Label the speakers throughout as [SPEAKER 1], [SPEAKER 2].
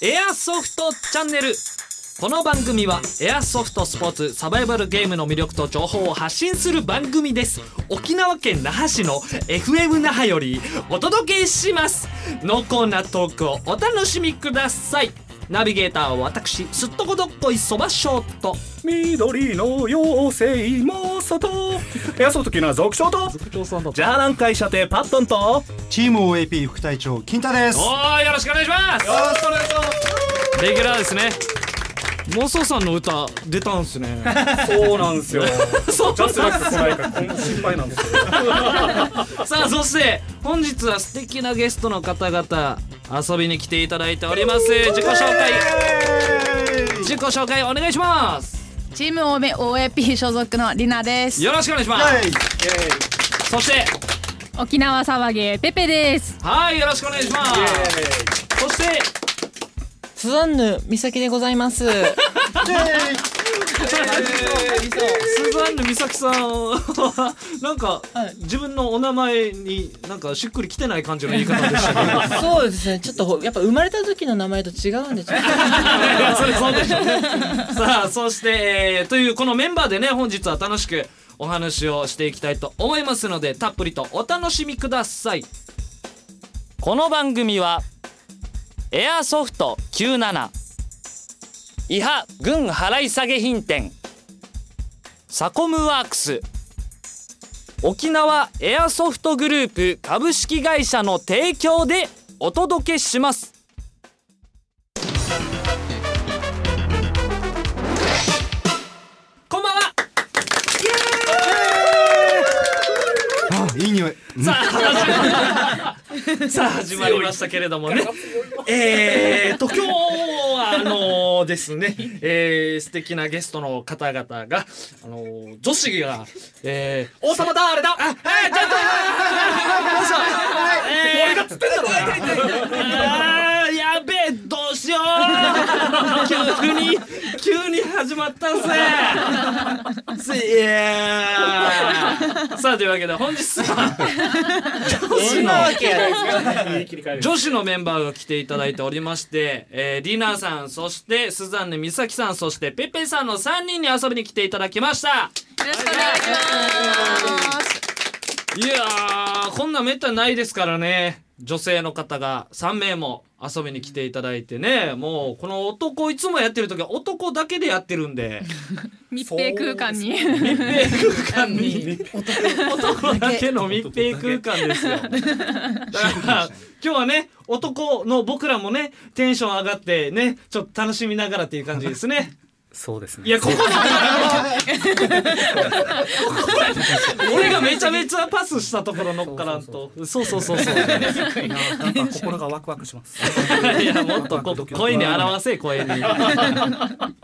[SPEAKER 1] エアソフトチャンネルこの番組はエアソフトスポーツサバイバルゲームの魅力と情報を発信する番組です沖縄県那覇市の FM 那覇よりお届けします濃厚なトークをお楽しみくださいナビゲーターは私すっとこどっこいそばショート
[SPEAKER 2] 緑の妖精もさとエアソフト級な続賞とじゃあ南海射程パットンと
[SPEAKER 3] チーム OAP 副隊長金太です
[SPEAKER 1] おーよろしくお願いしますよろしくお願いしますレギュラーですねモソさんの歌出たんす ね
[SPEAKER 2] そうなんですよ
[SPEAKER 1] そう
[SPEAKER 2] ジャスラック来ないから今後 心配なんですよ
[SPEAKER 1] さあそして本日は素敵なゲストの方々遊びに来ていただいております自己紹介自己紹介お願いします
[SPEAKER 4] チーム OAP 所属のりなです。
[SPEAKER 1] よろしくお願いしますそして
[SPEAKER 4] 沖縄騒ぎペペです。
[SPEAKER 1] はいよろしくお願いしますそして
[SPEAKER 5] スザンヌ美咲でござ います。
[SPEAKER 1] スザンヌ美咲さんはなんか、
[SPEAKER 5] はい
[SPEAKER 1] 自分のお名前になんかしっくりきてない感じの言い方でしたけど
[SPEAKER 5] そうですね。ちょっとやっぱ生まれた時の名前と違うんでちょっと。
[SPEAKER 1] いや それそうでしょうねさあそして、えーというこのメンバーでね本日は楽しくお話をしていきたいと思いますのでたっぷりとお楽しみくださいこの番組はエアソフト97伊波軍払い下げ品店サコムワークス沖縄エアソフトグループ株式会社の提供でお届けしますこんばんは。
[SPEAKER 3] あいい匂い
[SPEAKER 1] さあ始まりさあ始まりましたけれどもね。えーと今日はあのーですね、えー、素敵なゲストの方々があのー、女子が、えー、王様だあれだあえー、ちょっとよいしょえー俺がつってんだろあーやべえどうしよう急に急に始まったぜついや ーさあというわけで本日は女子の女子のメンバーが来ていただいておりまして、 えー、リナさんそしてスザンヌ美咲さんそしてペペさんの3人に遊びに来ていただきました
[SPEAKER 4] よろしくお願いします。
[SPEAKER 1] いやーこんなめったにないですからね女性の方が3名も遊びに来ていただいてねもうこの男いつもやってる時は男だけでやってるんで
[SPEAKER 4] 密閉空間に。
[SPEAKER 1] 密閉空間に男だけの密閉空間ですよだから今日はね男の僕らもねテンション上がってねちょっと楽しみながらっていう感じですね
[SPEAKER 2] そうですね
[SPEAKER 1] いやここだ 俺がめちゃめちゃパスしたところ乗っからんとそうそうそうそう
[SPEAKER 2] なんか心がワクワクします
[SPEAKER 1] いやもっとこ声に表せ声に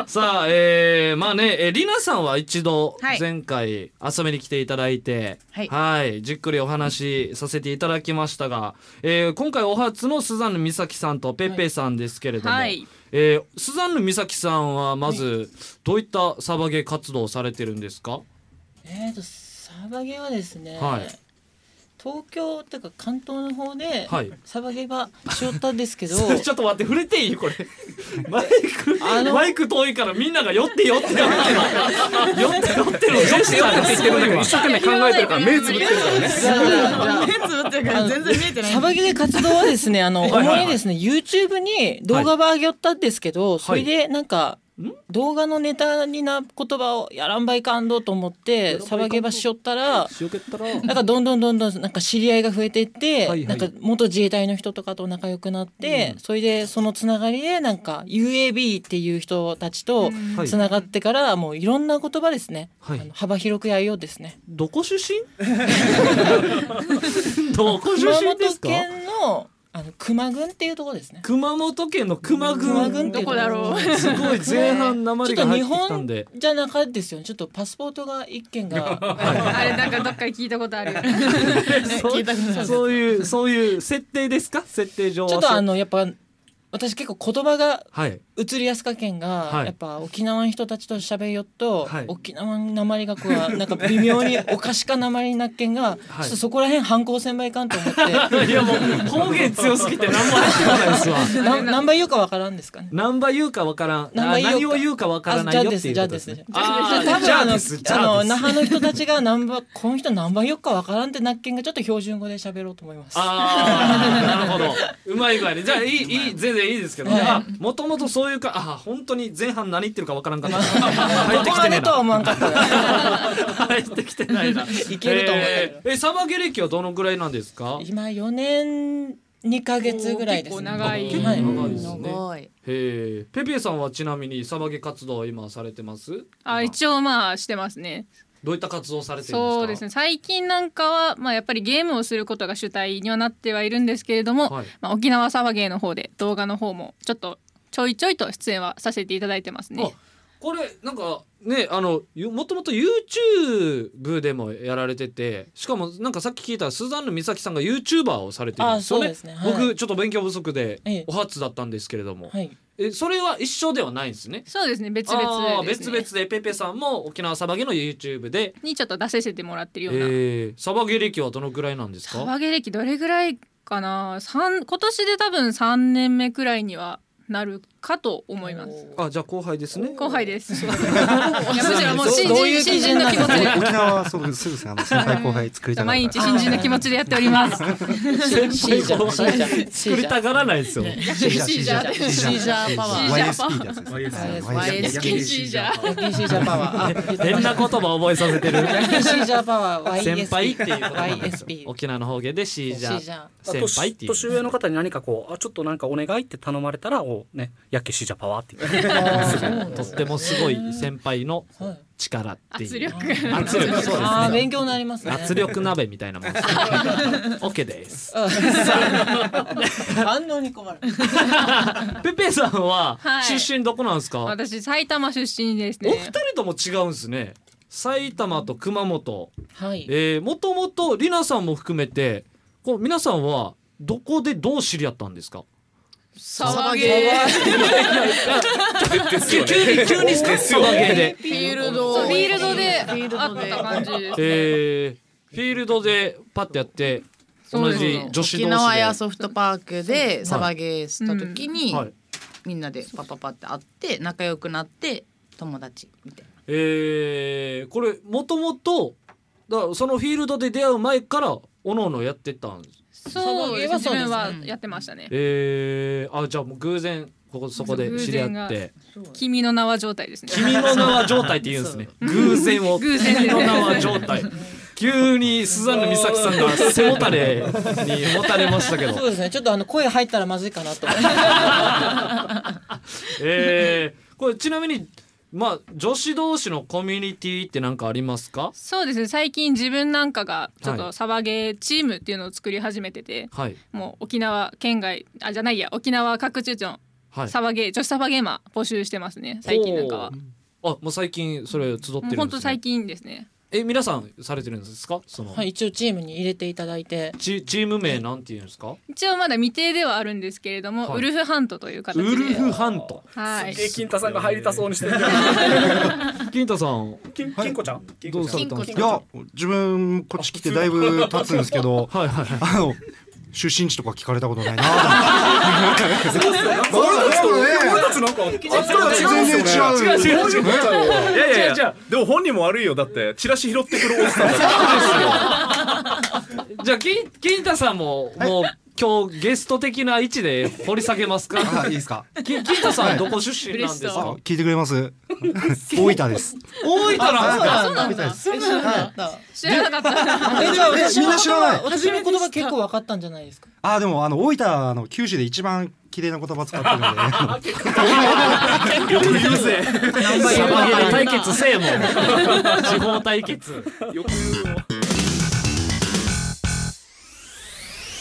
[SPEAKER 1] さあえー、まあねえーりなさんは一度
[SPEAKER 4] はい
[SPEAKER 1] 前回遊びに来ていただいて
[SPEAKER 4] はい
[SPEAKER 1] じっくりお話しさせていただきましたが、えー今回お初のスザンヌ美咲さんとペッペさんですけれども、
[SPEAKER 4] はい
[SPEAKER 1] えースザンヌ美咲さんはまずどういったサバゲー活動をされてるんですか
[SPEAKER 5] えっとサバゲはですね。
[SPEAKER 1] はい
[SPEAKER 5] 東京というか関東の方で、
[SPEAKER 1] はい
[SPEAKER 5] サバゲはしよったんです けど、
[SPEAKER 1] ちょっと待って触れていい これマイク
[SPEAKER 5] あの
[SPEAKER 1] マイク遠いからみんなが寄って 寄って寄って寄って寄ってる女子さんがすごいわ
[SPEAKER 2] 一生懸命考えてる から目つぶってるからね
[SPEAKER 5] じゃあじゃあじゃあ
[SPEAKER 4] 目つぶってるから全然見えてない。
[SPEAKER 5] サバゲで活動はですね、あの、
[SPEAKER 1] いはいはい
[SPEAKER 5] 主にですね、YouTube に動画ば上げよったんですけど、それでなんか、動画のネタにな言葉をやらんばいかんどと思って、サバゲばしよったら、 なんかどんどんどんどんなんか知り合いが増えていって、
[SPEAKER 1] はいはい
[SPEAKER 5] なんか元自衛隊の人とかと仲良くなって、それでそのつながりでなんか UAB っていう人たちと
[SPEAKER 1] はい
[SPEAKER 5] つながってからもういろんな言葉ですね、
[SPEAKER 1] はい
[SPEAKER 5] あの幅広くやるようですね。
[SPEAKER 1] どこ出身どこ出
[SPEAKER 5] 熊
[SPEAKER 1] 身
[SPEAKER 5] 本
[SPEAKER 1] ですか
[SPEAKER 5] 県のあの熊郡っていうところですね。
[SPEAKER 1] 熊本県の熊群
[SPEAKER 5] 熊郡ってい
[SPEAKER 4] ど
[SPEAKER 5] うと
[SPEAKER 4] こだ
[SPEAKER 1] すごい前半なま
[SPEAKER 5] ちょ
[SPEAKER 1] り
[SPEAKER 5] っと
[SPEAKER 1] が入って
[SPEAKER 5] 日
[SPEAKER 1] きたん
[SPEAKER 5] 本
[SPEAKER 1] で
[SPEAKER 5] じゃなかったですよね。ちょっとパスポートが一件が。
[SPEAKER 4] あれなんかどっかで聞いたこと あるよ。ね 聞いたことある。
[SPEAKER 1] そういうそういう設定ですか設定上は
[SPEAKER 5] ちょっとあのやっぱ私結構言葉が
[SPEAKER 1] はい。
[SPEAKER 5] 移りやすかけんが、
[SPEAKER 1] はい
[SPEAKER 5] やっぱ沖縄の人たちと喋りよっと、
[SPEAKER 1] はい
[SPEAKER 5] 沖縄の鉛がこうなんか微妙におかしか鉛になっけんが、ちょっとそこら辺反抗せんばいかんと思って
[SPEAKER 1] いやもう方言強すぎて何も入ってこないですわ。
[SPEAKER 5] な何倍言うかわからんですかね。
[SPEAKER 1] 何番言うかわからん。あ
[SPEAKER 5] 何番言うか
[SPEAKER 1] 何を言うかわからないよっていうことですね。
[SPEAKER 5] 多
[SPEAKER 1] あーじ
[SPEAKER 5] 分
[SPEAKER 1] ゃ
[SPEAKER 5] あ
[SPEAKER 1] あ
[SPEAKER 5] の
[SPEAKER 1] ですじ
[SPEAKER 5] あ
[SPEAKER 1] ゃあで
[SPEAKER 5] の
[SPEAKER 1] す
[SPEAKER 5] 那覇の人たちが何番この人何番言うかわからんってなっけんがちょっと標準語で喋ろうと思います。
[SPEAKER 1] ああ、なるほど。うまい具合で。じゃあ、いい、いい、全然いいですけど、
[SPEAKER 5] はい
[SPEAKER 1] あ、もともとそういうか、あ、本当に前半何言ってるかわからん かった。入
[SPEAKER 5] こ
[SPEAKER 1] って
[SPEAKER 5] こ
[SPEAKER 1] き
[SPEAKER 5] ま
[SPEAKER 1] てねえ
[SPEAKER 5] でと は
[SPEAKER 1] な。
[SPEAKER 5] 思わんかった。
[SPEAKER 1] 入ってきてないな。
[SPEAKER 5] いけると思う
[SPEAKER 1] えーえ、サバゲ歴はどのぐらいなんですか
[SPEAKER 5] 今4年2ヶ月ぐらいですね。
[SPEAKER 4] 結構長い
[SPEAKER 1] 結構
[SPEAKER 5] は
[SPEAKER 1] 長いですね。
[SPEAKER 6] 長い。
[SPEAKER 1] へえ。ペペさんはちなみにサバゲ活動は今されてます
[SPEAKER 4] あ一応まあしてますね
[SPEAKER 1] どういった活動をされてるんですか
[SPEAKER 4] そうですね最近なんかは、まあ、やっぱりゲームをすることが主体にはなってはいるんですけれども、
[SPEAKER 1] はい
[SPEAKER 4] まあ、沖縄サバゲーの方で動画の方もちょっとちょいちょいと出演はさせていただいてますね
[SPEAKER 1] あ。これなんかねあのよもともと YouTube でもやられててしかもなんかさっき聞いたスザンヌ美咲さんが YouTuber をされてるんですよ
[SPEAKER 5] あそう
[SPEAKER 1] ね
[SPEAKER 5] ですねはい
[SPEAKER 1] 僕ちょっと勉強不足で
[SPEAKER 5] ええ
[SPEAKER 1] お初だったんですけれども、
[SPEAKER 5] はい。
[SPEAKER 1] えそれは一緒ではないんですね
[SPEAKER 4] そうですね別々
[SPEAKER 1] あー
[SPEAKER 4] です、ね、
[SPEAKER 1] 別々でペペさんも沖縄サバゲの YouTube で、
[SPEAKER 4] にちょっと出させてもらってる
[SPEAKER 1] え
[SPEAKER 4] ような、
[SPEAKER 1] ー、サバゲ歴はどのくらいなんです
[SPEAKER 4] サ
[SPEAKER 1] か
[SPEAKER 4] バゲ歴どれぐらいかな三今年で多分3年目くらいにはなるかと思います
[SPEAKER 1] あじゃあ後輩ですね
[SPEAKER 4] 後輩ですいやむしろもう新
[SPEAKER 5] どういう
[SPEAKER 4] 人
[SPEAKER 5] 基
[SPEAKER 4] 新
[SPEAKER 5] 準
[SPEAKER 4] 人の気
[SPEAKER 5] なん
[SPEAKER 4] 持
[SPEAKER 5] だ
[SPEAKER 4] ちで
[SPEAKER 3] 沖縄はそうすぐさ、あの先輩後輩作りたが
[SPEAKER 4] 毎
[SPEAKER 3] る
[SPEAKER 4] 日
[SPEAKER 3] から。
[SPEAKER 4] 新人の気持ちでやっております
[SPEAKER 5] シージャー、シージャー、シ
[SPEAKER 1] 作
[SPEAKER 5] ージ
[SPEAKER 1] り
[SPEAKER 5] ャー。
[SPEAKER 1] たがらないですよ
[SPEAKER 3] シ
[SPEAKER 4] シージャー
[SPEAKER 6] シージャーパワー
[SPEAKER 3] YSP だすね。
[SPEAKER 6] YSP
[SPEAKER 4] シージャー
[SPEAKER 5] YPC ジャパワー。
[SPEAKER 1] 変な言葉覚えさせてる
[SPEAKER 5] YPC ジャパワー、YSP。
[SPEAKER 1] 先輩っていう言葉なんですよ
[SPEAKER 5] YSP。
[SPEAKER 1] 沖縄の方言でシージャー
[SPEAKER 5] シージャー
[SPEAKER 1] 先輩っていう
[SPEAKER 2] 年年上の方に何かこうあちょっとなんかお願いって頼まれたらおねやっけしじゃパワーって言って
[SPEAKER 1] とってもすごい先輩の
[SPEAKER 5] はい
[SPEAKER 1] 力っていう
[SPEAKER 4] 圧力
[SPEAKER 1] 圧力そうです
[SPEAKER 5] ああ、
[SPEAKER 1] ね
[SPEAKER 5] 勉強になりますね。
[SPEAKER 1] 圧力鍋みたいなもんですね OK です
[SPEAKER 5] 反応に困る。
[SPEAKER 1] ペペさんは
[SPEAKER 4] はい
[SPEAKER 1] 出身どこなんですか、
[SPEAKER 4] 私埼玉出身です
[SPEAKER 1] お
[SPEAKER 4] ね
[SPEAKER 1] 二人とも違うんですね埼玉と熊本
[SPEAKER 5] はい。
[SPEAKER 1] えー、もともとりなさんも含めてこう皆さんはどこでどう知り合ったんですか
[SPEAKER 4] サ
[SPEAKER 6] バゲ
[SPEAKER 1] 急に急にですよで
[SPEAKER 6] フィールド
[SPEAKER 4] そうフィールドで
[SPEAKER 6] フィー
[SPEAKER 4] 会っ
[SPEAKER 6] ルドで
[SPEAKER 4] た感じですね
[SPEAKER 1] えー、フィールドでパッてやって
[SPEAKER 4] そう
[SPEAKER 1] 同
[SPEAKER 4] です
[SPEAKER 1] じ女子
[SPEAKER 6] 沖
[SPEAKER 1] 同
[SPEAKER 6] 縄
[SPEAKER 1] 士
[SPEAKER 6] や
[SPEAKER 1] で
[SPEAKER 6] ソフトパークでサバゲーした時に、
[SPEAKER 1] はい
[SPEAKER 6] みんなでパパパって会って仲良くなって友達みたい
[SPEAKER 1] えー、これもともとだからそのフィールドで出会う前からおのおのやってたんです
[SPEAKER 4] そうですね自
[SPEAKER 5] サバゲ
[SPEAKER 4] 分
[SPEAKER 5] ーは
[SPEAKER 4] は
[SPEAKER 6] そうですね
[SPEAKER 4] やってましたね
[SPEAKER 1] えー、あじゃあもう偶然ここそこで知り合って
[SPEAKER 4] 君の名は状態ですね
[SPEAKER 1] 君の名は状態って言うんです ね偶然を
[SPEAKER 4] 偶然
[SPEAKER 1] 君の名は状態急にスザンヌ美咲さんが背もたれにもたれましたけ
[SPEAKER 5] そ
[SPEAKER 1] ど
[SPEAKER 5] うですね。ちょっとあの声入ったらまずいかなと思って。
[SPEAKER 1] えー、これちなみにまあ女子同士のコミュニティって何かありますか
[SPEAKER 4] そうですね最近自分なんかがちょっ
[SPEAKER 1] は
[SPEAKER 4] と
[SPEAKER 1] い
[SPEAKER 4] サバゲーチームっていうのを作り始めてて、
[SPEAKER 1] はい
[SPEAKER 4] もう沖縄県外あじゃないや沖縄各地の
[SPEAKER 1] はい
[SPEAKER 4] サバゲー、女子サバゲーマー募集してますね最近なんかは
[SPEAKER 1] ほうあもう最近それ集ってるん
[SPEAKER 4] も
[SPEAKER 1] で
[SPEAKER 4] う
[SPEAKER 1] す、ね、
[SPEAKER 4] 本当最近ですね
[SPEAKER 1] え皆さんされてるんですかその、
[SPEAKER 5] はい、一応チームに入れていただいて。
[SPEAKER 1] チチーム名なんて言うんですか
[SPEAKER 4] 一応まだ未定ではあるんですけれども、
[SPEAKER 1] はい
[SPEAKER 4] ウルフハントという
[SPEAKER 1] ウ
[SPEAKER 4] 形で
[SPEAKER 1] ルフハント
[SPEAKER 4] はい
[SPEAKER 2] え金太さんが入りたそうにしてる
[SPEAKER 1] 金太さん
[SPEAKER 2] 金金子ちゃん
[SPEAKER 1] どうされたんです
[SPEAKER 6] 金
[SPEAKER 1] か
[SPEAKER 6] 子
[SPEAKER 3] いや、自分、こっち来てだいぶ経つんですけど、
[SPEAKER 1] はいはいはい
[SPEAKER 3] あの、出身地とか聞かれたことないなぁ。そうですね。
[SPEAKER 2] 俺たちなんか
[SPEAKER 3] 全然違う。
[SPEAKER 2] 違う違う違う
[SPEAKER 7] いやいやい
[SPEAKER 1] 違う違
[SPEAKER 7] やでも本人も悪いよだってチラシ拾ってくるおっさんだから
[SPEAKER 1] じゃあ金金太さんも、もう今日ゲスト的な位置で掘り下げますか
[SPEAKER 3] あ、いいですか。
[SPEAKER 1] 金金太さんどこ出身なんです
[SPEAKER 4] 嬉しそ
[SPEAKER 1] か
[SPEAKER 4] う
[SPEAKER 3] 聞いてくれます大分です。
[SPEAKER 1] 大分なんですか
[SPEAKER 5] そうなんだ。そうなんだ。
[SPEAKER 4] 知らなかった
[SPEAKER 5] え、じゃあ私
[SPEAKER 3] みん
[SPEAKER 5] の
[SPEAKER 3] な
[SPEAKER 5] 言
[SPEAKER 3] 知らない
[SPEAKER 5] 葉、私の言葉結構わかったんじゃないですか。
[SPEAKER 3] あ、でも、あの、大分、あの、九州で一番綺麗な言葉使ってる ので、
[SPEAKER 7] よく言うぜ
[SPEAKER 1] サバゲー対決せえもん地方対決
[SPEAKER 2] よく言うわ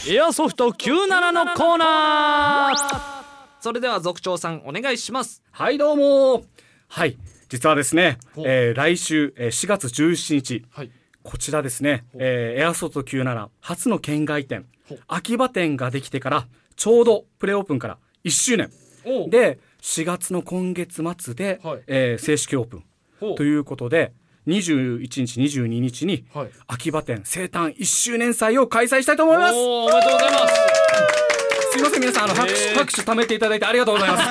[SPEAKER 1] エアソフト97のコーナーそれでは族長さんお願いします
[SPEAKER 2] はいどうもはい実はですね、
[SPEAKER 1] ほう
[SPEAKER 2] えー、来週、えー、4月17日、
[SPEAKER 1] はい
[SPEAKER 2] こちらですね、えー、エアソト97初の県外店
[SPEAKER 1] ほう
[SPEAKER 2] 秋葉店ができてからちょうどプレオープンから1周年
[SPEAKER 1] おう
[SPEAKER 2] で4月の今月末で、
[SPEAKER 1] はい
[SPEAKER 2] えー正式オープ
[SPEAKER 1] ほう
[SPEAKER 2] ンということで21日22日に
[SPEAKER 1] はい
[SPEAKER 2] 秋葉店生誕1周年祭を開催したいと思います
[SPEAKER 1] おーおめでとうございます
[SPEAKER 2] すいません皆さんあの拍
[SPEAKER 1] へ
[SPEAKER 2] 手
[SPEAKER 1] ー
[SPEAKER 2] 拍手貯めていただいてありがとうございます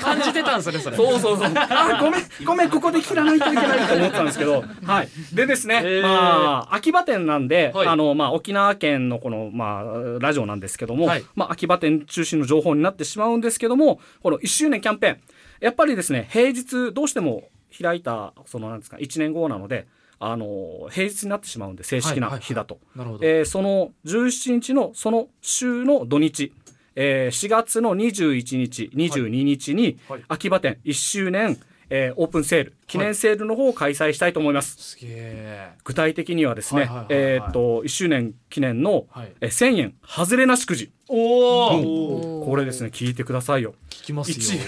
[SPEAKER 1] 感じてたんですねそれ
[SPEAKER 2] そうそうそうあごめんごめんここで切らないといけないと思ってたんですけ どはいでですね、
[SPEAKER 1] へー
[SPEAKER 2] まあ秋葉店なんで、
[SPEAKER 1] はい
[SPEAKER 2] あのまあ沖縄県のこのまあラジオなんですけども、
[SPEAKER 1] はい
[SPEAKER 2] まあ秋葉店中心の情報になってしまうんですけどもこの1周年キャンペーンやっぱりですね平日どうしても開いたそのなんですか1年後なのであの平日になってしまうんで正式な日だと、
[SPEAKER 1] なるほど
[SPEAKER 2] えーその17日のその週の土日、えー4月の21日22日に
[SPEAKER 1] はい
[SPEAKER 2] 秋葉店1周年、えーオープンセール記念セールの方を開催したいと思います、
[SPEAKER 1] すげえ
[SPEAKER 2] 具体的にはですね、
[SPEAKER 1] はいはいはいはい
[SPEAKER 2] えーっと1周年記念の、
[SPEAKER 1] はい
[SPEAKER 2] えー1000円外れなしくじ
[SPEAKER 1] おお
[SPEAKER 2] これですね聞いてくださいよ
[SPEAKER 1] 聞きますよ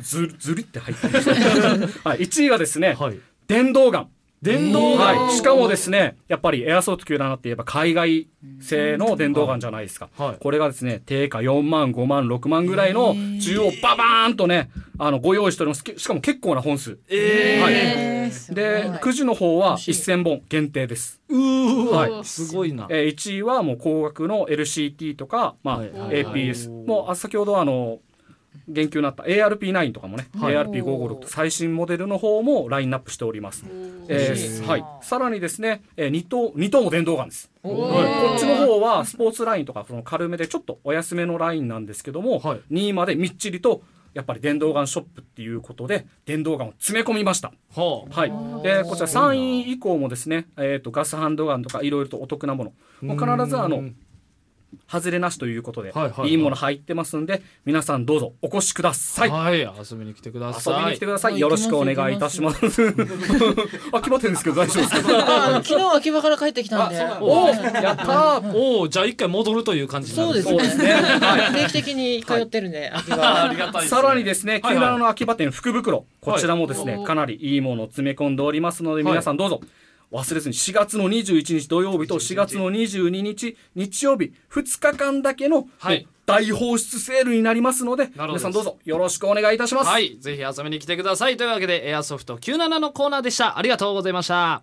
[SPEAKER 2] ずずりって入ってる、 はい、1位がですね、
[SPEAKER 1] はい
[SPEAKER 2] 電動ガン
[SPEAKER 1] 電動ガン
[SPEAKER 2] はい、しかもですねやっぱりエアソート97って言えば海外製の電動ガンじゃないですか、
[SPEAKER 1] はい
[SPEAKER 2] これがですね定価4万5万6万ぐらいの中央ババーンとねあのご用意しておりますけしかも結構な本数
[SPEAKER 1] え
[SPEAKER 2] はい
[SPEAKER 1] え
[SPEAKER 2] でくじの方は1000本限定です、
[SPEAKER 1] うー
[SPEAKER 2] はい
[SPEAKER 1] わすごいな
[SPEAKER 2] えー、1位はもう高額の LCT とか、まあ
[SPEAKER 1] はいはい
[SPEAKER 2] APS もうあ先ほどあの言及になった ARP9 とかもね、ARP556 と最新モデルの方もラインナップしております、えーはい、さらにですね、えー、2等二等も電動ガンですはいこっちの方はスポーツラインとかその軽めでちょっとお安めのラインなんですけども、
[SPEAKER 1] はい
[SPEAKER 2] 2位までみっちりとやっぱり電動ガンショップっていうことで電動ガンを詰め込みました
[SPEAKER 1] は
[SPEAKER 2] はい、でこちら3位以降もですね、えー、とガスハンドガンとかいろいろとお得なものもう必ずあ
[SPEAKER 1] う
[SPEAKER 2] の
[SPEAKER 1] ん
[SPEAKER 2] 外れなしということで、
[SPEAKER 1] はいはいはい
[SPEAKER 2] いもの入ってますんで皆さんどうぞお越しください、
[SPEAKER 1] はい遊びに来てくだ
[SPEAKER 2] 遊
[SPEAKER 1] さい
[SPEAKER 2] びに来てください、
[SPEAKER 5] はい
[SPEAKER 2] よろしくお願いいたします秋葉店ですけど大丈夫ですか
[SPEAKER 5] あ昨日秋葉から帰ってきたんで。
[SPEAKER 1] お
[SPEAKER 5] は
[SPEAKER 1] お
[SPEAKER 5] い
[SPEAKER 1] やったーおおじゃあ一回戻るという感じにな
[SPEAKER 5] そ
[SPEAKER 1] る
[SPEAKER 5] うです
[SPEAKER 2] そうですね
[SPEAKER 5] ね。
[SPEAKER 2] は
[SPEAKER 5] 定期的に通ってるんで、秋
[SPEAKER 1] あ
[SPEAKER 5] 葉。
[SPEAKER 1] ありがたいですね
[SPEAKER 2] さらにですね、
[SPEAKER 1] はいはい
[SPEAKER 2] 球団の秋葉店福袋、こちらもですね、かなりいいものを詰め込んでおりますので、
[SPEAKER 1] はい
[SPEAKER 2] 皆さんどうぞ。忘れずに4月の21日土曜日と4月の22日日曜日2日間だけの
[SPEAKER 1] はい
[SPEAKER 2] 大放出セールになりますので
[SPEAKER 1] ほど
[SPEAKER 2] 皆さんどうぞよろしくお願いいたします。
[SPEAKER 1] はい、ぜひ遊びに来てください。というわけで、エアソフト97のコーナーでした。ありがとうございました。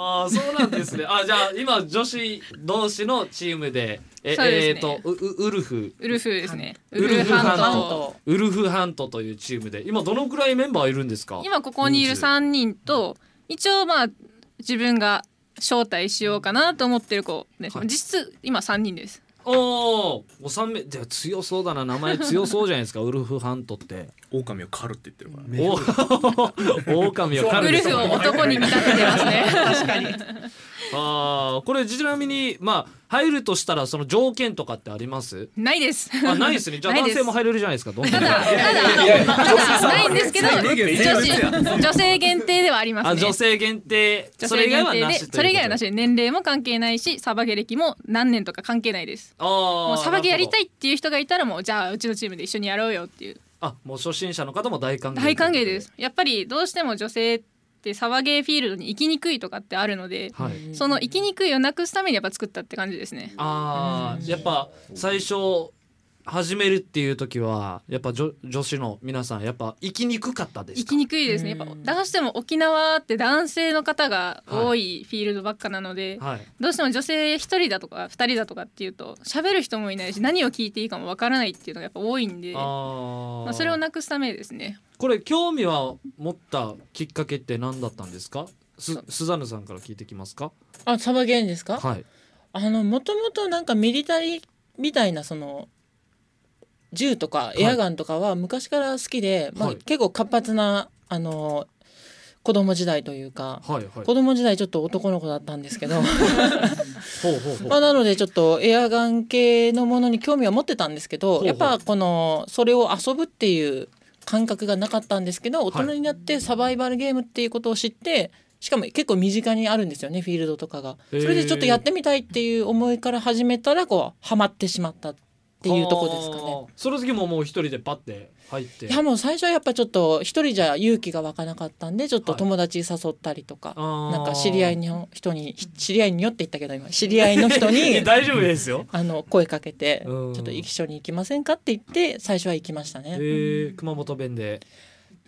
[SPEAKER 1] ああ、そうなんですね。あ、じゃあ、今女子同士のチームで、え、
[SPEAKER 4] そうですね
[SPEAKER 1] えーと、ううウルフ。
[SPEAKER 4] ウルフですね。
[SPEAKER 1] ウルフハン
[SPEAKER 5] 半
[SPEAKER 1] ト
[SPEAKER 5] 島。
[SPEAKER 1] ウルフハントというチームで、今どのくらいメンバーいるんですか。
[SPEAKER 4] 今ここにいる
[SPEAKER 1] 人数
[SPEAKER 4] 3人と一応まあ自分が招待しようかなと思ってる子です、
[SPEAKER 1] はい
[SPEAKER 4] 実質今3人です
[SPEAKER 1] おお、お三名、じゃ、強そうだな、名前強そうじゃないですか、ウルフハントって。
[SPEAKER 7] 狼を狩るって言ってるからね
[SPEAKER 1] おお、狼を
[SPEAKER 4] ウ
[SPEAKER 1] 狩るんで
[SPEAKER 4] ル
[SPEAKER 1] すか。
[SPEAKER 4] フを男に見立ててますね
[SPEAKER 1] ああこれちなみにまあ入るとしたらその条件とかってあり ます
[SPEAKER 4] ないです
[SPEAKER 1] あないですねじゃあ
[SPEAKER 4] ない
[SPEAKER 1] 男
[SPEAKER 4] です
[SPEAKER 1] 性も入れるじゃないですか どんどん
[SPEAKER 4] ただただただないんですけど女子女性限定ではあります
[SPEAKER 1] あ
[SPEAKER 4] ね
[SPEAKER 1] 女性限定
[SPEAKER 4] 女
[SPEAKER 1] それ
[SPEAKER 4] 性
[SPEAKER 1] 以外
[SPEAKER 4] 限
[SPEAKER 1] はな
[SPEAKER 4] 定で
[SPEAKER 1] しということで
[SPEAKER 4] それ以外はなしで年齢も関係ないしサバゲ歴も何年とか関係ないです
[SPEAKER 1] あ
[SPEAKER 4] もう
[SPEAKER 1] ー
[SPEAKER 4] サバゲやりた
[SPEAKER 1] なる
[SPEAKER 4] いっていう人がいたらもうじゃあうちのチームで一緒にやろうよっていう
[SPEAKER 1] ほどあもう初心者の方も大歓迎
[SPEAKER 4] 大歓迎ですやっぱりどうしても女性ってサバゲーフィールドに行きにくいとかってあるので、
[SPEAKER 1] はい
[SPEAKER 4] その行きにくいをなくすためにやっぱ作ったって感じですね
[SPEAKER 1] あーやっぱ最初始めるっていう時はやっぱ女女子の皆さんやっぱ行きにくかったです
[SPEAKER 4] 行
[SPEAKER 1] か
[SPEAKER 4] きにくいですねやっぱどうしても沖縄って男性の方が多いフィールドばっかなので、
[SPEAKER 1] はい
[SPEAKER 4] どうしても女性1人だとか2人だとかっていうと喋る人もいないし何を聞いていいかもわからないっていうのがやっぱ多いんで
[SPEAKER 1] あー、
[SPEAKER 4] まあ、それをなくすためで すね
[SPEAKER 1] これ興味は持ったきっかけって何だったんですかすスザンヌさんから聞いてきますか
[SPEAKER 5] あ、サバゲーンですか。
[SPEAKER 1] はい
[SPEAKER 5] あの、もともとなんかミリタリーみたいな、その。銃とかエアガンとかは昔から好きで、ま
[SPEAKER 1] は
[SPEAKER 5] あ、
[SPEAKER 1] い
[SPEAKER 5] 結構活発な、あの。子供時代というか。
[SPEAKER 1] はいはい
[SPEAKER 5] 子供時代ちょっと男の子だったんですけど
[SPEAKER 1] ほうほうほう
[SPEAKER 5] まあなのでちょっとエアガン系のものに興味は持ってたんですけ
[SPEAKER 1] ほうほ
[SPEAKER 5] ど
[SPEAKER 1] う
[SPEAKER 5] やっぱこのそれを遊ぶっていう感覚がなかったんですけど大人になってサバイバルゲームっていうことを知ってしかも結構身近にあるんですよねフィールドとかが。そ
[SPEAKER 1] へー
[SPEAKER 5] れでちょっとやってみたいっていう思いから始めたらこうハマってしまったっっていうとこですかね。
[SPEAKER 1] あー。その時ももう一人でパッて入って。
[SPEAKER 5] いやもう最初はやっぱちょっと一人じゃ勇気が湧かなかったんでちょっと友達誘ったりとか、
[SPEAKER 1] あー
[SPEAKER 5] なんか知り合いの人に知り合いによって言ったけど今知り合いの人 に
[SPEAKER 1] 大丈夫ですよ。
[SPEAKER 5] あの声かけてち
[SPEAKER 1] う
[SPEAKER 5] ょ
[SPEAKER 1] ん
[SPEAKER 5] っと一緒に行きませんかって言って最初は行きましたね。
[SPEAKER 1] えー、熊本弁で。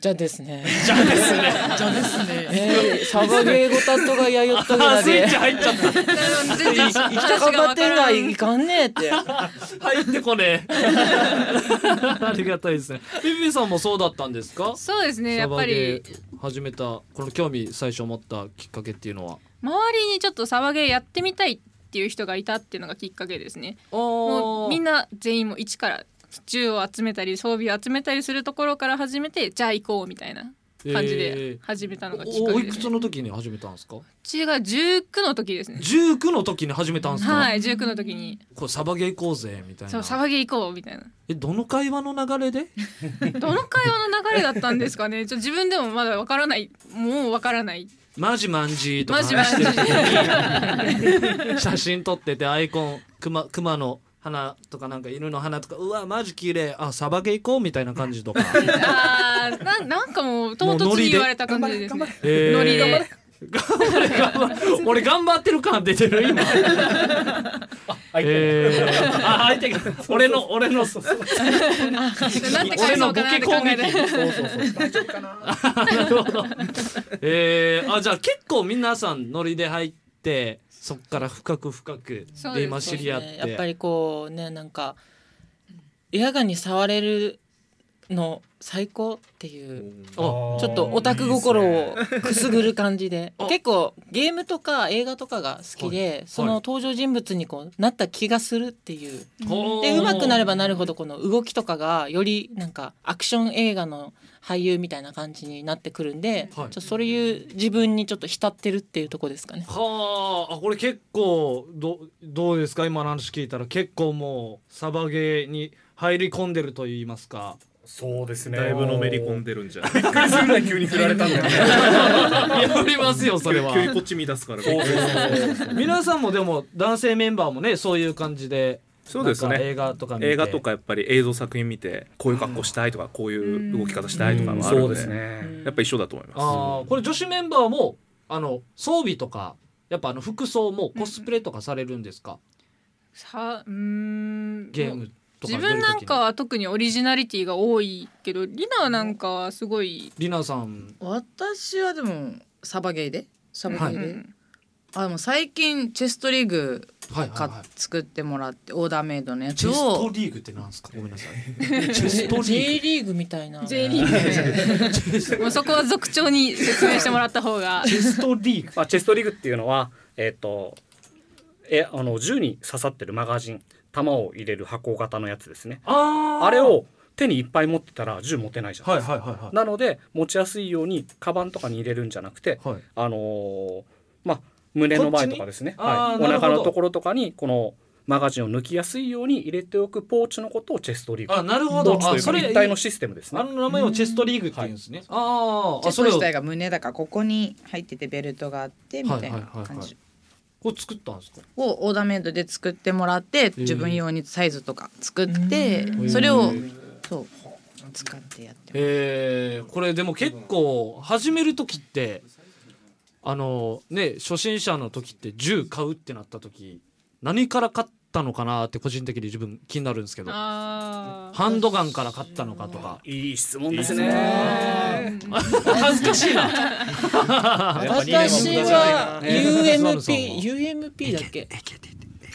[SPEAKER 5] じゃあですね。
[SPEAKER 1] じゃあです ね。
[SPEAKER 6] じゃあですね。
[SPEAKER 5] えー、サバゲーごたっとがやよっとぐ
[SPEAKER 1] あー
[SPEAKER 5] ら
[SPEAKER 1] スイ
[SPEAKER 5] で
[SPEAKER 1] ッチ。入っちゃった。
[SPEAKER 6] 全然
[SPEAKER 5] 行きたかばってんがいかんねえって。
[SPEAKER 1] 入ってこねえ。 ありがたいですね。ビビさんもそうだったんですか。
[SPEAKER 4] そうですねや
[SPEAKER 1] サ
[SPEAKER 4] っ
[SPEAKER 1] バ
[SPEAKER 4] ぱ
[SPEAKER 1] ゲ
[SPEAKER 4] り
[SPEAKER 1] ー始めたこの興味最初持ったきっかけっていうのは。
[SPEAKER 4] 周りにちょっとサバゲーやってみたいっていう人がいたっていうのがきっかけですねもうみん
[SPEAKER 1] な
[SPEAKER 4] な全員も一から銃を集めたり装備を集めたりするところから始めてじゃあ行こうみたいな感じで始めたのがきっか
[SPEAKER 1] おお
[SPEAKER 4] け
[SPEAKER 1] い
[SPEAKER 4] で
[SPEAKER 1] く
[SPEAKER 4] す、
[SPEAKER 1] つ
[SPEAKER 4] ね
[SPEAKER 1] の時に始めたんですか。
[SPEAKER 4] 私が19の時ですね
[SPEAKER 1] 十九の時に始めたんですか。
[SPEAKER 4] はい19の時に
[SPEAKER 1] これサバゲー行こうぜみたいな。
[SPEAKER 4] そうサバゲー行こうみたいな
[SPEAKER 1] えどの会話の流れで？
[SPEAKER 4] どの会話の流れだったんですかねちょ自分でもまだわからないもうわからない
[SPEAKER 1] マジマンジーとか
[SPEAKER 4] マジマ
[SPEAKER 1] 話
[SPEAKER 4] ジ
[SPEAKER 1] してる時に写真撮っててアイコン熊熊の花とかなんか犬の花とかうわマジ綺麗あサバゲー行こうみたいな感じと か。
[SPEAKER 4] あーななんかもう唐
[SPEAKER 1] もうノ
[SPEAKER 4] 突
[SPEAKER 1] リ
[SPEAKER 4] に
[SPEAKER 1] で
[SPEAKER 4] 言われた感じですね
[SPEAKER 1] えー
[SPEAKER 4] ノリで
[SPEAKER 1] 俺頑張ってる感出てる 今。えー、あ相手が俺の俺の
[SPEAKER 4] なんて
[SPEAKER 1] 俺
[SPEAKER 4] 返そ
[SPEAKER 1] の
[SPEAKER 4] う
[SPEAKER 1] ボ
[SPEAKER 4] かな
[SPEAKER 1] ケ
[SPEAKER 4] って考
[SPEAKER 1] 攻撃
[SPEAKER 4] えて
[SPEAKER 2] そうそうそう大丈夫かな
[SPEAKER 1] なるほど。えー、あじゃあ結構皆さんノリで入ってそっから深く深く
[SPEAKER 4] そう
[SPEAKER 1] で
[SPEAKER 4] です
[SPEAKER 1] 今知り合って。
[SPEAKER 5] やっぱりこうねなんかエアガンに触れるの最高っていう
[SPEAKER 1] あ
[SPEAKER 5] ちょっとオタク心をくすぐる感じ で
[SPEAKER 1] あ
[SPEAKER 5] 結構ゲームとか映画とかが好きで、その登場人物にこうなった気がするっていう
[SPEAKER 1] ほー
[SPEAKER 5] で上手くなればなるほどこの動きとかがよりなんかアクション映画の俳優みたいな感じになってくるんで、
[SPEAKER 1] はい
[SPEAKER 5] ちょそういう自分にちょっと浸ってるっていうとこですかね。
[SPEAKER 1] はああこれ結構どどうですか今の話聞いたら結構もうサバゲーに入り込んでると言いますか
[SPEAKER 2] そうですね
[SPEAKER 7] だいぶのめり込ん
[SPEAKER 2] で
[SPEAKER 7] でるんじゃない
[SPEAKER 2] びっくりするぐらい 急に振られたんだよね
[SPEAKER 1] いやありますよそれは
[SPEAKER 7] 急にこっち見出すから
[SPEAKER 2] そうそうそう
[SPEAKER 1] 皆さんもでも男性メンバーもねそういう感じで
[SPEAKER 7] そうです
[SPEAKER 1] なんか映
[SPEAKER 7] ね
[SPEAKER 1] 画とか見て
[SPEAKER 7] 映画とかやっぱり映像作品見てこういう格好したいとかこういう動き方したいとかもある
[SPEAKER 2] そ
[SPEAKER 7] ん
[SPEAKER 2] うで
[SPEAKER 7] です
[SPEAKER 2] ね
[SPEAKER 7] やっぱ一緒だと思います
[SPEAKER 1] ああこれ女子メンバーもあの装備とかやっぱあの服装もコスプレとかされるんですか、
[SPEAKER 4] さうーん
[SPEAKER 1] ゲームとか
[SPEAKER 4] 自
[SPEAKER 1] 出る時に
[SPEAKER 4] 分なんかは特にオリジナリティが多いけどリナなんかはすごい、
[SPEAKER 1] リナさん
[SPEAKER 6] 私はでもサバゲーでサバゲー
[SPEAKER 4] う
[SPEAKER 6] で、
[SPEAKER 4] ん
[SPEAKER 6] あでも最近チェストリーグ
[SPEAKER 1] はいはい
[SPEAKER 6] か、
[SPEAKER 1] はい
[SPEAKER 6] 作ってもらってオーダーメイドのや
[SPEAKER 1] チ
[SPEAKER 6] つ
[SPEAKER 1] ェスト
[SPEAKER 6] を
[SPEAKER 1] リーグってなんですかごめんなさいチェストリ
[SPEAKER 5] J
[SPEAKER 1] ー
[SPEAKER 5] リーグみたいな
[SPEAKER 4] J リーグで もうそこは族長に説明してもらった方が
[SPEAKER 1] グチェストリーグ
[SPEAKER 2] まあ、チェストリグっていうのは、えっとえあの銃に刺さってるマガジン弾を入れる箱型のやつですね
[SPEAKER 1] あー
[SPEAKER 2] あれを手にいっぱい持ってたら銃持てないじゃん、
[SPEAKER 1] はいはいはいはい
[SPEAKER 2] なので持ちやすいようにカバンとかに入れるんじゃなくて、
[SPEAKER 1] はい
[SPEAKER 2] あのーまあ胸の前とかですね、
[SPEAKER 1] こっちにあ
[SPEAKER 2] は
[SPEAKER 1] ー
[SPEAKER 2] い、お
[SPEAKER 1] なるほど
[SPEAKER 2] 腹のところとかにこのマガジンを抜きやすいように入れておくポーチのことをチェストリーグ
[SPEAKER 1] あなるほ
[SPEAKER 2] ポー
[SPEAKER 1] ど
[SPEAKER 2] チと
[SPEAKER 1] あ
[SPEAKER 2] いう
[SPEAKER 1] そ
[SPEAKER 2] か
[SPEAKER 1] れ
[SPEAKER 2] 一体のシステムです
[SPEAKER 1] あ
[SPEAKER 2] ね
[SPEAKER 1] の名前をチェストリーグって言うんですね、あーあ
[SPEAKER 6] チェス
[SPEAKER 1] そ
[SPEAKER 6] ト
[SPEAKER 1] れ
[SPEAKER 6] 自
[SPEAKER 1] を
[SPEAKER 6] 体が胸だからここに入っててベルトがあってみたい
[SPEAKER 1] は
[SPEAKER 6] な
[SPEAKER 1] いはい
[SPEAKER 6] 感
[SPEAKER 1] はいはい
[SPEAKER 6] じ
[SPEAKER 1] これ作ったんですか
[SPEAKER 6] をオーダーメイドで作ってもらって自分用にサイズとか作ってそれをそう使ってやってます
[SPEAKER 1] えー、これでも結構始める時ってあのね初心者の時って銃買うってなった時何から買ったのかなって個人的に自分気になるんですけどハ
[SPEAKER 4] あー
[SPEAKER 1] ンドガンから買ったのかとか
[SPEAKER 2] いい質問ですね
[SPEAKER 1] 恥ずかしいな
[SPEAKER 5] 私は
[SPEAKER 1] ねえ
[SPEAKER 5] UMP、UMP だっけ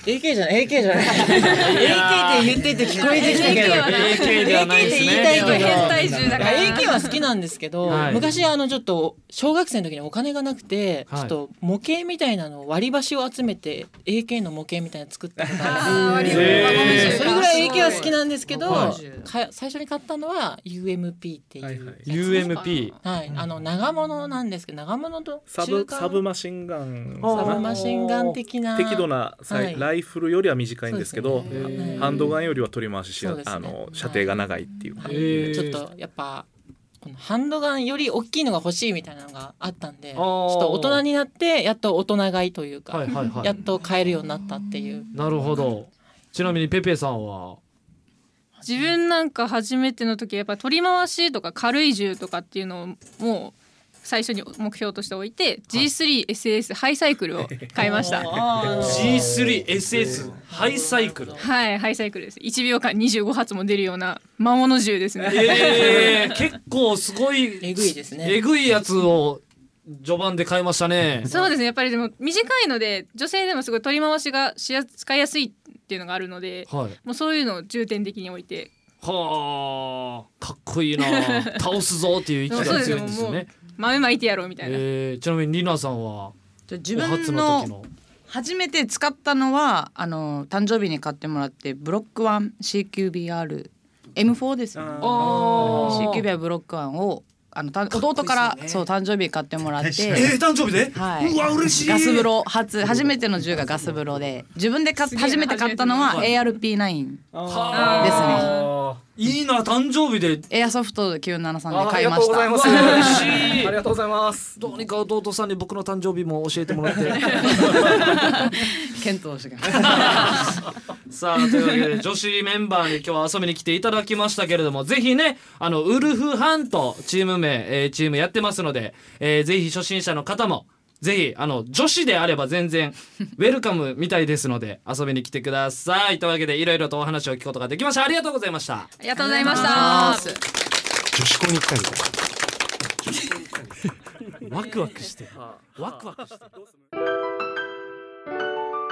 [SPEAKER 5] AK じゃない AK じ ゃない AK って言ってて 聞こえてき たけど
[SPEAKER 1] AK ではないですね
[SPEAKER 5] AK って言いたいけど
[SPEAKER 4] 変態銃だから
[SPEAKER 5] AK は好きなんですけど、
[SPEAKER 1] はい
[SPEAKER 5] 昔あのちょっと小学生の時にお金がなくて、
[SPEAKER 1] はい
[SPEAKER 5] ちょっと模型みたいなのを割り箸を集めて AK の模型みたいなの作ったことあるんです
[SPEAKER 4] あー割り
[SPEAKER 1] えー
[SPEAKER 5] それぐらい AK は好きなんですけど、
[SPEAKER 1] は
[SPEAKER 5] か最初に買ったのは UMP っていう、はい
[SPEAKER 1] UMP
[SPEAKER 5] あの長物なんですけど長物と
[SPEAKER 7] サ
[SPEAKER 5] 中
[SPEAKER 7] ブ
[SPEAKER 5] 間
[SPEAKER 7] サブマシンガン
[SPEAKER 1] あ
[SPEAKER 7] か
[SPEAKER 5] サブ
[SPEAKER 7] な
[SPEAKER 5] マシンガン的な
[SPEAKER 7] 適度なサイ、
[SPEAKER 5] はい
[SPEAKER 7] ライフルよりは短いんですけど
[SPEAKER 5] そうです
[SPEAKER 1] ね
[SPEAKER 5] はい
[SPEAKER 7] ハンドガンよりは取り回ししや、
[SPEAKER 5] そうですね
[SPEAKER 7] あの射程が長いっていう、
[SPEAKER 5] は
[SPEAKER 1] え
[SPEAKER 5] い
[SPEAKER 1] ー
[SPEAKER 5] ちょっとやっぱこのハンドガンより大きいのが欲しいみたいなのがあったんで
[SPEAKER 1] ー
[SPEAKER 5] ちょっと大人になってやっと大人買いというか、
[SPEAKER 1] はいはいは
[SPEAKER 5] やっ
[SPEAKER 1] い
[SPEAKER 5] と買えるようになったっていう
[SPEAKER 1] なるほどちなみにペペさんは
[SPEAKER 4] 自分なんか初めての時やっぱ取り回しとか軽い銃とかっていうのをもう最初に目標としておいて G3SS ハイサイク ルを買いました。
[SPEAKER 1] G3SS ハイサイクル。
[SPEAKER 4] はい、ハイサイクルです。1秒間25発も出るような魔物銃ですね。
[SPEAKER 1] えー、結構すごい
[SPEAKER 5] えぐいですね
[SPEAKER 1] えぐいやつを序盤で買いましたね。
[SPEAKER 4] そうですねやっぱりでも短いので女性でもすごい取り回しがしや使いやすいっていうのがあるので
[SPEAKER 1] はい。
[SPEAKER 4] もうそういうのを重点的に置いて
[SPEAKER 1] はあ、かっこいいな。倒すぞっていう意気が強いんですよね。
[SPEAKER 4] 豆まいてやろうみたいな、
[SPEAKER 1] えー、ちなみにリナさんは
[SPEAKER 6] 自
[SPEAKER 1] お初
[SPEAKER 6] 分
[SPEAKER 1] の
[SPEAKER 6] の
[SPEAKER 1] 時の。
[SPEAKER 6] 初めて使ったのはあの誕生日に買ってもらってブロックワン CQBR M4 ですね。
[SPEAKER 1] あー
[SPEAKER 6] CQBR ブロックワンをあのた弟からそう誕生日に買ってもらって。
[SPEAKER 3] えー、誕生日で、
[SPEAKER 6] はい、
[SPEAKER 3] うわ嬉しい
[SPEAKER 6] ガス風呂初初めての銃がガス風呂で自分で買っ
[SPEAKER 4] すげえ
[SPEAKER 6] 初めて買ったのは
[SPEAKER 1] 初め
[SPEAKER 6] ARP9
[SPEAKER 1] は
[SPEAKER 6] ですね
[SPEAKER 1] あいいな誕生日で
[SPEAKER 6] エアソフト973
[SPEAKER 2] あ
[SPEAKER 6] で
[SPEAKER 2] あ
[SPEAKER 6] 買
[SPEAKER 2] り
[SPEAKER 6] い
[SPEAKER 2] が
[SPEAKER 6] ま
[SPEAKER 2] とう
[SPEAKER 6] し
[SPEAKER 2] ござい
[SPEAKER 6] た
[SPEAKER 2] ます。
[SPEAKER 1] 嬉しい
[SPEAKER 2] ありがとうございます。
[SPEAKER 1] どうにか弟さんに僕の誕生日も教えてもらって。
[SPEAKER 6] 検討してください
[SPEAKER 1] さあというわけで女子メンバーに今日は遊びに来ていただきましたけれどもぜひねあのウルフハントチーム名、えーチームやってますので、えーぜひ初心者の方もぜひあの女子であれば全然ウェルカムみたいですので遊びに来てくださいというわけでいろいろとお話を聞くことができましたありがとうございました
[SPEAKER 4] ありがとうございました
[SPEAKER 3] 女子校に行きたいみたいな
[SPEAKER 1] ワクワクしてワクワクして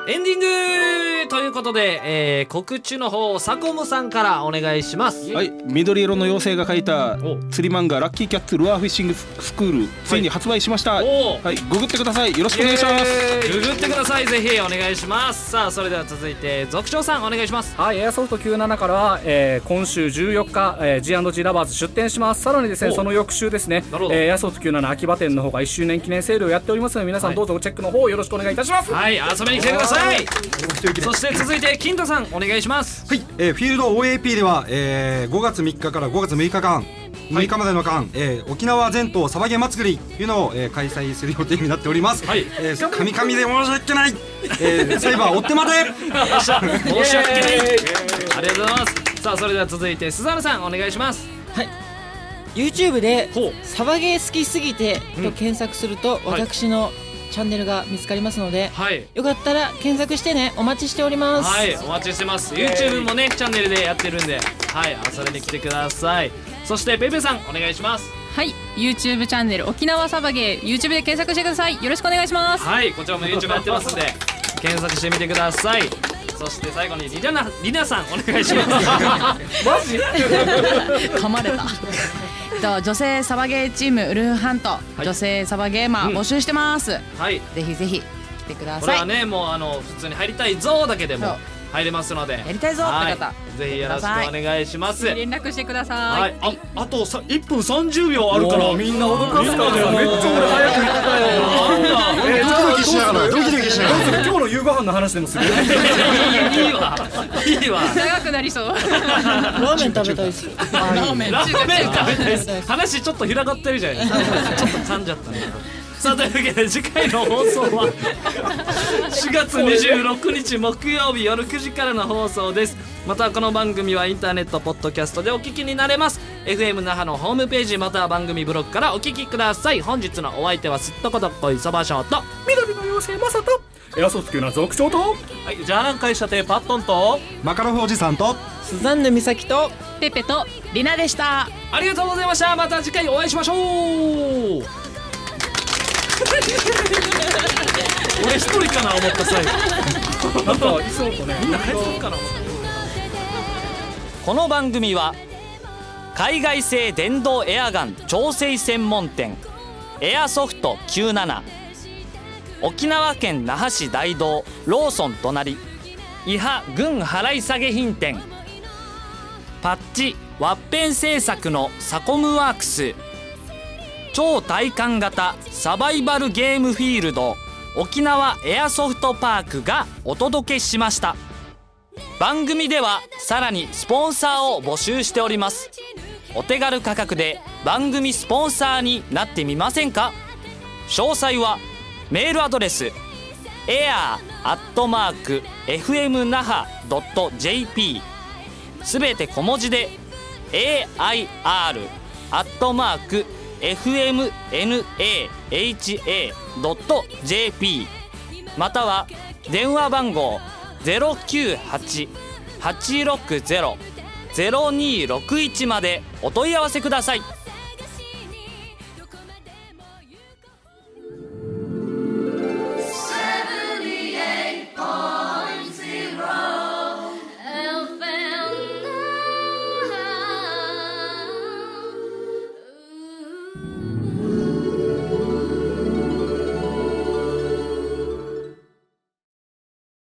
[SPEAKER 1] エンディングということで、えー告知の方をサコムさんからお願いします
[SPEAKER 8] はい、緑色の妖精が描いた
[SPEAKER 1] お
[SPEAKER 8] 釣り漫画「ラッキーキャッツルアーフィッシングスクール」ついに発売しました、はい
[SPEAKER 1] おお
[SPEAKER 8] ググってくださいよろしくお願いします
[SPEAKER 1] イエーイググってくださいぜひお願いしますさあそれでは続いて続長さんお願いします
[SPEAKER 2] はい、エアソフト97からは、えー今週14日、えー、G&G ラバーズ出店します。さらにですね、
[SPEAKER 1] お
[SPEAKER 2] その翌週ですね、え
[SPEAKER 1] なるほど
[SPEAKER 2] ー、エアソフト97秋葉店の方が1周年記念セールをやっておりますので、皆さ
[SPEAKER 1] は
[SPEAKER 2] ん
[SPEAKER 1] い
[SPEAKER 2] どうぞチェックの方よろしくお願いいたします。
[SPEAKER 1] はい遊びに来てくださいそして続いて金太さんお願いします
[SPEAKER 3] はい、えーフィールド OAP では、えー5月3日から5月6日間6日までの間、えー沖縄全島サバゲ祭りというのを、えー開催する予定になっております。
[SPEAKER 1] はい
[SPEAKER 3] えー、神々で申し訳ない。えー、サイバー追って まで。
[SPEAKER 1] よっしゃ申し訳ないありがとうございますさあそれでは続いてスザルさんお願いします
[SPEAKER 5] はい YouTube で
[SPEAKER 1] ほう
[SPEAKER 5] 「サバゲー好きすぎて」と検索すると
[SPEAKER 1] はい
[SPEAKER 5] 私のチャンネルが見つかりますので
[SPEAKER 1] はい
[SPEAKER 5] よかったら検索してねお待ちしております
[SPEAKER 1] はいお待ちしてます YouTube もねチャンネルでやってるんではい遊びに来てくださいそしてペペさんお願いします
[SPEAKER 4] はい YouTube チャンネル沖縄サバゲー YouTube で検索してくださいよろしくお願いします
[SPEAKER 1] はい、こちらも YouTube やってますんで、検索してみてください。そして最後にリナナリナさんお願いします。
[SPEAKER 6] 噛まれたえっと女性サバゲーチームウルフハント、
[SPEAKER 1] い
[SPEAKER 6] 女性サバゲーマー募集してます、
[SPEAKER 1] はい、
[SPEAKER 6] ぜひぜひ来てくだ
[SPEAKER 1] これ
[SPEAKER 6] さい
[SPEAKER 1] はね、もうあの普通に入りたいぞだけで
[SPEAKER 6] そ
[SPEAKER 1] も
[SPEAKER 6] う
[SPEAKER 1] 入れますので、
[SPEAKER 6] やりたいぞって方
[SPEAKER 1] はいぜひよろしくお願いします。はい、
[SPEAKER 4] 連絡してください、
[SPEAKER 1] ああとさ1分30秒あるから、みんな驚かすから
[SPEAKER 2] めっちゃ俺早く
[SPEAKER 1] 言ったよ。なんだ。
[SPEAKER 3] えー、ドキドキしながら、ドキドキしながら。
[SPEAKER 2] 今日の夕ご飯の話でもす る。
[SPEAKER 1] いいいいわ、いいわ。
[SPEAKER 4] 長くなりそう
[SPEAKER 5] ラーメン食べたいです
[SPEAKER 6] ラーメン
[SPEAKER 1] ラーメン食べたいです話ちょっと広がってるじゃないですかちょっと噛んじゃったなさあというわけで次回の放送は 4月26日木曜日夜9時からの放送ですまたこの番組はインターネットポッドキャストでお聞きになれます FM 那覇のホームページまたは番組ブログからお聞きください本日のお相手はすっとことっこいそばしょうとは
[SPEAKER 2] 緑の妖精まさと、エアソフト97続長と、
[SPEAKER 1] いじゃあなん会社亭パットンと
[SPEAKER 3] マカロフおじさんと。
[SPEAKER 5] スザンヌ美咲と
[SPEAKER 4] ペペと
[SPEAKER 6] りなでした
[SPEAKER 1] ありがとうございましたまた次回お会いし ましょう俺一人かな思った最後
[SPEAKER 2] なんかいつもとね、
[SPEAKER 9] この番組は海外製電動エアガン調整専門店エアソフト97沖縄県那覇市大道ローソン隣伊波軍払い下げ品店パッチワッペン製作のサコムワークス超体感型サバイバルゲームフィールド沖縄エアソフトパークがお届けしました。番組ではさらにスポンサーを募集しておりますお手軽価格で番組スポンサーになってみませんか詳細はメールアドレス air.fmnaha.jp
[SPEAKER 1] すべて小文字で AIR アットマーク FMNAHA.jp または電話番号098-860-0261までお問い合わせください
[SPEAKER 5] 「